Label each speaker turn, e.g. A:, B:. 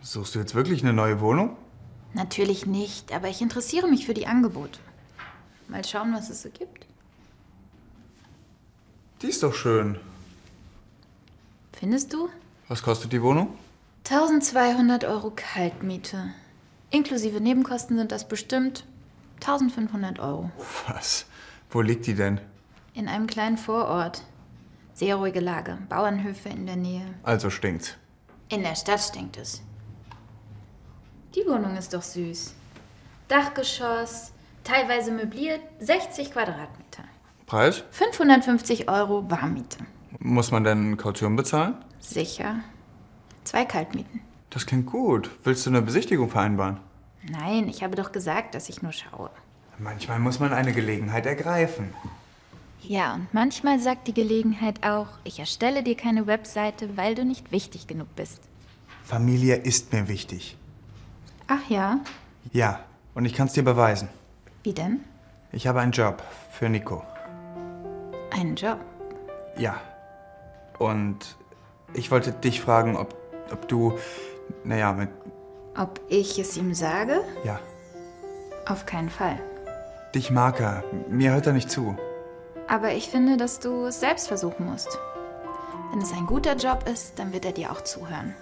A: Suchst du jetzt wirklich eine neue Wohnung?
B: Natürlich nicht, aber ich interessiere mich für die Angebote. Mal schauen, was es so gibt.
A: Die ist doch schön.
B: Findest du?
A: Was kostet die Wohnung?
B: 1200 Euro Kaltmiete. Inklusive Nebenkosten sind das bestimmt 1500 Euro.
A: Was? Wo liegt die denn?
B: In einem kleinen Vorort. Sehr ruhige Lage, Bauernhöfe in der Nähe.
A: Also stinkt's.
B: In der Stadt stinkt es. Die Wohnung ist doch süß. Dachgeschoss, teilweise möbliert, 60 Quadratmeter.
A: Preis?
B: 550 Euro Warmmiete.
A: Muss man denn Kaution bezahlen?
B: Sicher. Zwei Kaltmieten.
A: Das klingt gut. Willst du eine Besichtigung vereinbaren?
B: Nein, ich habe doch gesagt, dass ich nur schaue.
A: Manchmal muss man eine Gelegenheit ergreifen.
B: Ja, und manchmal sagt die Gelegenheit auch, ich erstelle dir keine Webseite, weil du nicht wichtig genug bist.
A: Familie ist mir wichtig.
B: Ach ja,
A: Ja, und ich kann's dir beweisen.
B: wie denn?
A: Ich habe einen Job für Nico.
B: Einen Job.
A: Ja. Und ich wollte dich fragen, ob, ob du. Naja, mit.
B: Ob ich es ihm sage?
A: Ja.
B: Auf keinen Fall.
A: Dich mag er. Mir hört er nicht zu.
B: Aber ich finde, dass du es selbst versuchen musst. Wenn es ein guter Job ist, dann wird er dir auch zuhören.